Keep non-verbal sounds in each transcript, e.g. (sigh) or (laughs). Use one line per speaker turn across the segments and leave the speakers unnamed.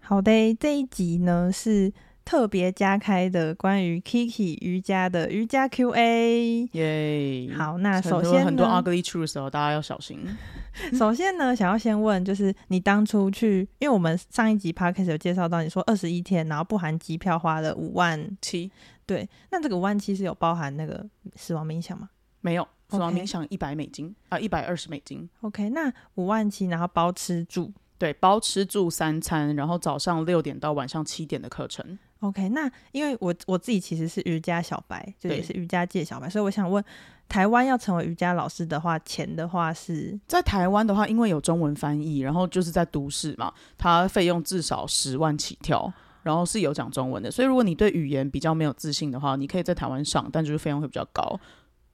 好的，这一集呢是特别加开的关于 Kiki 瑜伽的瑜伽 Q&A。
耶、
好，那
很多
首先
很多
呢
ugly truth 哦，大家要小心。
(laughs) 首先呢，想要先问，就是你当初去，因为我们上一集 podcast 有介绍到，你说二十一天，然后不含机票花了五万，
七
对，那这个五万七是有包含那个死亡冥想吗
没有，死亡
OK
冥想一百美金啊，一百二十美金，
？OK，那五万七，然后包吃住
对，包吃住三餐，然后早上六点到晚上七点的课程。
，OK，那因为我我自己其实是瑜伽小白，就
对
也是瑜伽界小白，所以我想问，台湾要成为瑜伽老师的话，钱的话是
在台湾的话，因为有中文翻译，然后就是在都市嘛，它费用至少十万起跳。然后是有讲中文的，所以如果你对语言比较没有自信的话，你可以在台湾上，但就是费用会比较高。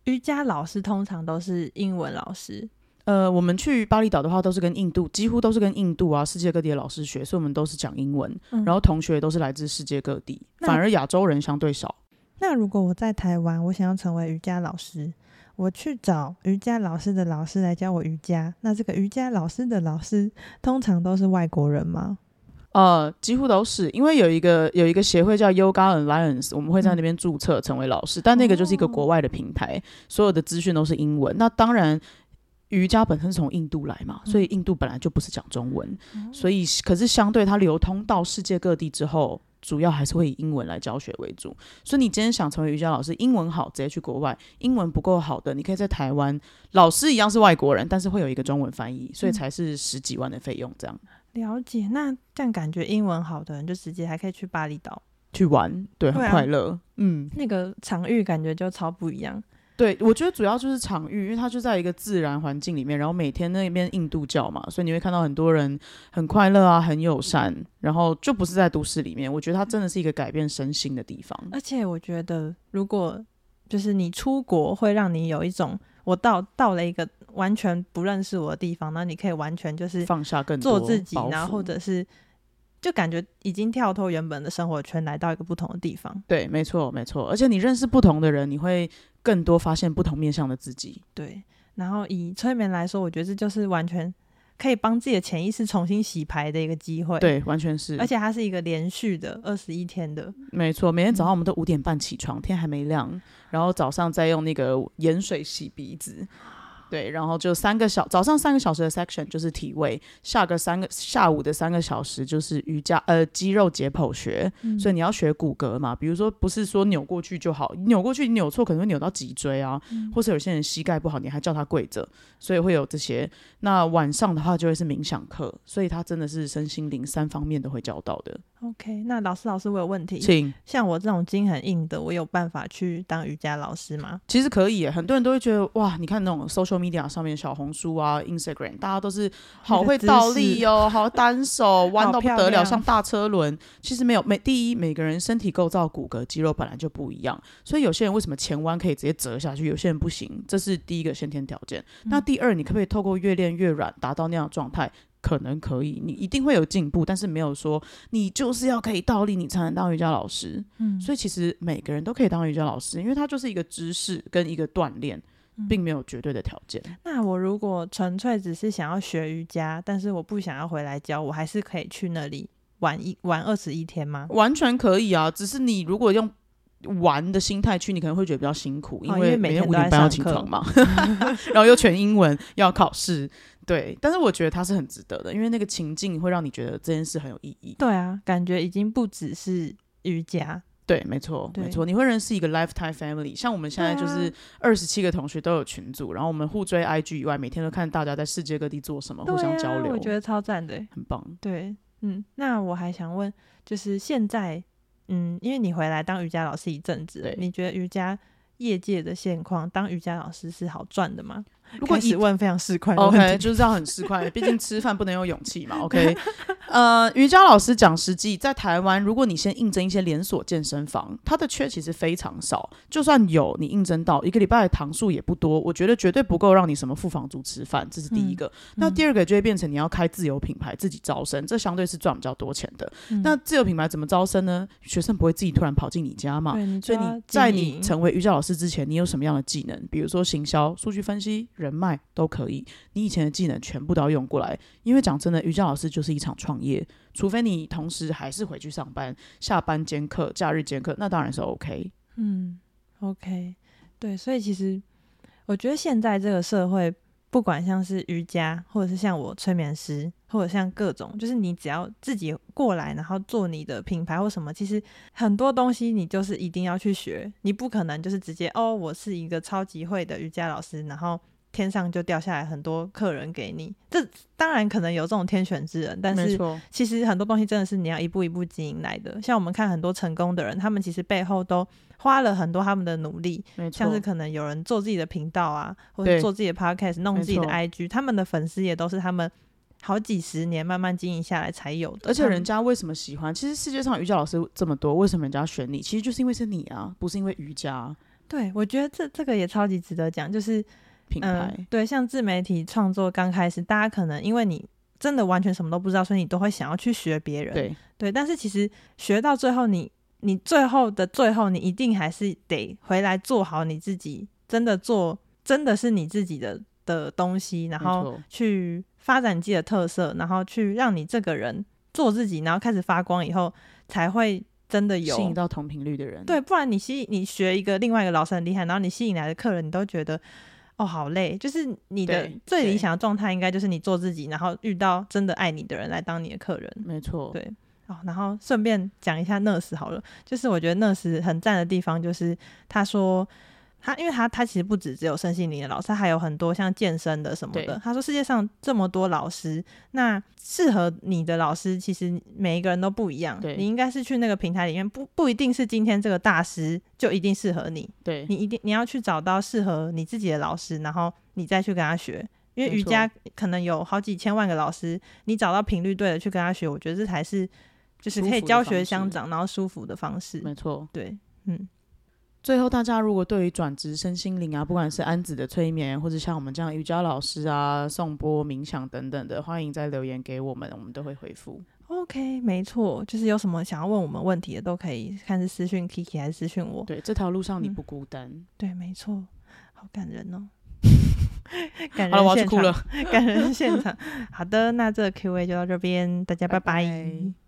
瑜伽老师通常都是英文老师，
呃，我们去巴厘岛的话，都是跟印度，几乎都是跟印度啊、世界各地的老师学，所以我们都是讲英文，
嗯
然后同学都是来自世界各地，
那
反而亚洲人相对少。
那如果我在台湾，我想要成为瑜伽老师，我去找瑜伽老师的老师来教我瑜伽。那这个瑜伽老师的老师通常都是外国人吗？
呃，几乎都是，因为有一个有一个协会叫 Yoga Alliance，我们会在
嗯
那边注册成为老师，但那个就是一个
哦
国外的平台，所有的资讯都是英文。那当然。瑜伽本身是从印度来嘛，
嗯
所以印度本来就不是讲中文，
哦
所以可是相对它流通到世界各地之后，主要还是会以英文来教学为主。所以你今天想成为瑜伽老师，英文好直接去国外；英文不够好的，你可以在台湾，老师一样是外国人，但是会有一个中文翻译，所以
嗯
才是十几万的费用这样
了解。那这样感觉英文好的人就直接还可以去巴厘岛，
去玩，对，很
对啊
快乐。嗯，
那个场域感觉就超不一样。
对，我觉得主要就是场域，因为它就在一个自然环境里面，然后每天那边印度教嘛，所以你会看到很多人很快乐啊，很友善，然后就不是在都市里面。我觉得它真的是一个改变身心的地方。
而且我觉得，如果就是你出国，会让你有一种我到到了一个完全不认识我的地方，那你可以完全就是
放下更多
做自己
包，袱
然后或者是就感觉已经跳脱原本的生活圈，来到一个不同的地方。
对，没错没错，而且你认识不同的人，你会更多发现不同面向的自己。
对，然后以催眠来说，我觉得这就是完全可以帮自己的潜意识重新洗牌的一个机会。，
对，完全是，
而且它是一个连续的二十一天的，
没错，每天早上我们都五点半起床，天还没亮，然后早上再用那个盐水洗鼻子，对，然后就三个小早上三个小时的 section 就是体位，下个三个下午的三个小时就是瑜伽呃肌肉解剖学，所以你要学骨骼嘛，比如说不是说扭过去就好，你扭过去你扭错可能会扭到脊椎啊，或是有些人膝盖不好，你还叫他跪着，所以会有这些。那晚上的话就会是冥想课，所以它真的是身心灵三方面都会教到的，
OK。那老师，老师，我有问题，
请。
像我这种筋很硬的，我有办法去当瑜伽老师吗？
其实可以耶，很多人都会觉得哇，你看那种 social media 上面小红书啊、Instagram，大家都是好会倒立哦，好单手弯到不
漂
得了，
亮
像大车轮。其实没有，每第一每个人身体构造、骨骼、肌肉本来就不一样，所以有些人为什么前弯可以直接折下去，有些人不行，这是第一个先天条件。
嗯
那第二，你可不可以透过越练越软，达到那样的状态？可能可以，你一定会有进步，但是没有说你就是要可以倒立，你才能当瑜伽老师。
嗯
所以其实每个人都可以当瑜伽老师，因为它就是一个知识跟一个锻炼，
嗯
并没有绝对的条件。
那我如果纯粹只是想要学瑜伽，但是我不想要回来教，我还是可以去那里玩一玩二十一天吗？
完全可以啊，只是你如果用。玩的心态去，你可能会觉得比较辛苦，
哦因为
为
每
每
天
天
都
五点
在
半
上
要起
课 (laughs)
床嘛，然后又全英文，又要考试，对。但是我觉得它是很值得的，因为那个情境会让你觉得这件事很有意义。
对啊，感觉已经不只是瑜伽，
对，没错，
对
没错，你会认识一个 lifetime family。像我们现在就
对啊
是二十七个同学都有群组，然后我们互追 IG 以外，每天都看大家在世界各地做什么，互
对
相
啊
交流，
我觉得超赞的欸。
很棒。
对，嗯，那我还想问，就是现在，嗯，因为你回来当瑜伽老师一阵子了，
对
你觉得瑜伽业界的现况，当瑜伽老师是好赚的吗？
如果
开
以
始问非常市侩的
OK，
问题，
就是要很市侩，毕竟吃饭不能有勇气嘛。OK，呃，
(laughs)
瑜伽老师讲实际，在台湾，如果你先应征一些连锁健身房，它的缺其实非常少，就算有，你应征到一个礼拜的堂数也不多，我觉得绝对不够让你什么付房租、吃饭，这是第
嗯
一个。那第二个就会变成你要开自由品牌，自己招生，这相对是赚比较多钱的。
嗯
那自由品牌怎么招生呢？学生不会自己突然跑进你家嘛，
对，你
所以
就要
你在
经
你
营
成为瑜伽老师之前，你有什么样的技能？比如说行销、数据分析、人脉都可以，你以前的技能全部都要用过来。因为讲真的，瑜伽老师就是一场创业，除非你同时还是回去上班，下班兼课、假日兼课，那当然是 OK。
嗯，OK，对，所以其实我觉得现在这个社会，不管像是瑜伽，或者是像我催眠师，或者像各种，就是你只要自己过来，然后做你的品牌或什么，其实很多东西你就是一定要去学，你不可能就是直接哦，我是一个超级会的瑜伽老师，然后天上就掉下来很多客人给你。这当然可能有这种天选之人，但
没
是
错，
其实很多东西真的是你要一步一步经营来的。像我们看很多成功的人，他们其实背后都花了很多他们的努力，
没
像是
错，
可能有人做自己的频道啊，或
对
者做自己的 podcast，弄
没
自己的
错
IG，他们的粉丝也都是他们好几十年慢慢经营下来才有的。
而且
他们
人家为什么喜欢？其实世界上瑜伽老师这么多，为什么人家选你？其实就是因为是你啊，不是因为瑜伽
对我觉得这这个也超级值得讲，就是
品
嗯、
牌。
对，像自媒体创作刚开始，大家可能因为你真的完全什么都不知道，所以你都会想要去学别人。
对，
对，但是其实学到最后你，你最后的最后，你一定还是得回来做好你自己，真的做，真的是你自己的的东西，然
没
后
错，
去发展你自己的特色，然后去让你这个人做自己，然后开始发光以后，才会真的
吸引
有。
到同频率的人。
对，不然你吸你学一个另外一个老师很厉害，然后你吸引来的客人，你都觉得哦好累。就是你的
对
最理
对
想的状态，应该就是你做自己，然后遇到真的爱你的人来当你的客人。
没错，
对哦，然后顺便讲一下 Nurse 好了，就是我觉得 Nurse 很赞的地方，就是他说他，因为他他其实不止只有身心灵的老师，他还有很多像健身的什么的
对。
他说世界上这么多老师，那适合你的老师，其实每一个人都不一样。
对
你应该是去那个平台里面，不不一定是今天这个大师就一定适合你，
对，
你一定你要去找到适合你自己的老师，然后你再去跟他学。因为
没
瑜
错
伽可能有好几千万个老师，你找到频率对的去跟他学，我觉得这才是就是
舒
可以
服的
教
方
学
式
相长，然后舒服的方式。
没错。
对，
最后，大家如果对于转职身心灵啊，不管是安子的催眠，或者像我们这样瑜伽老师啊、颂钵、冥想等等的，欢迎再留言给我们，我们都会回复。
OK，没错，就是有什么想要问我们问题的都可以，看是私讯 Kiki 还是私讯我。
对，这条路上你
嗯
不孤单。
对，没错，好感人哦。 (laughs) 感人
好了，我要去
现
哭
场
了。，
感人现场。好的，那这个 Q&A 就到这边，大家拜
拜
拜
拜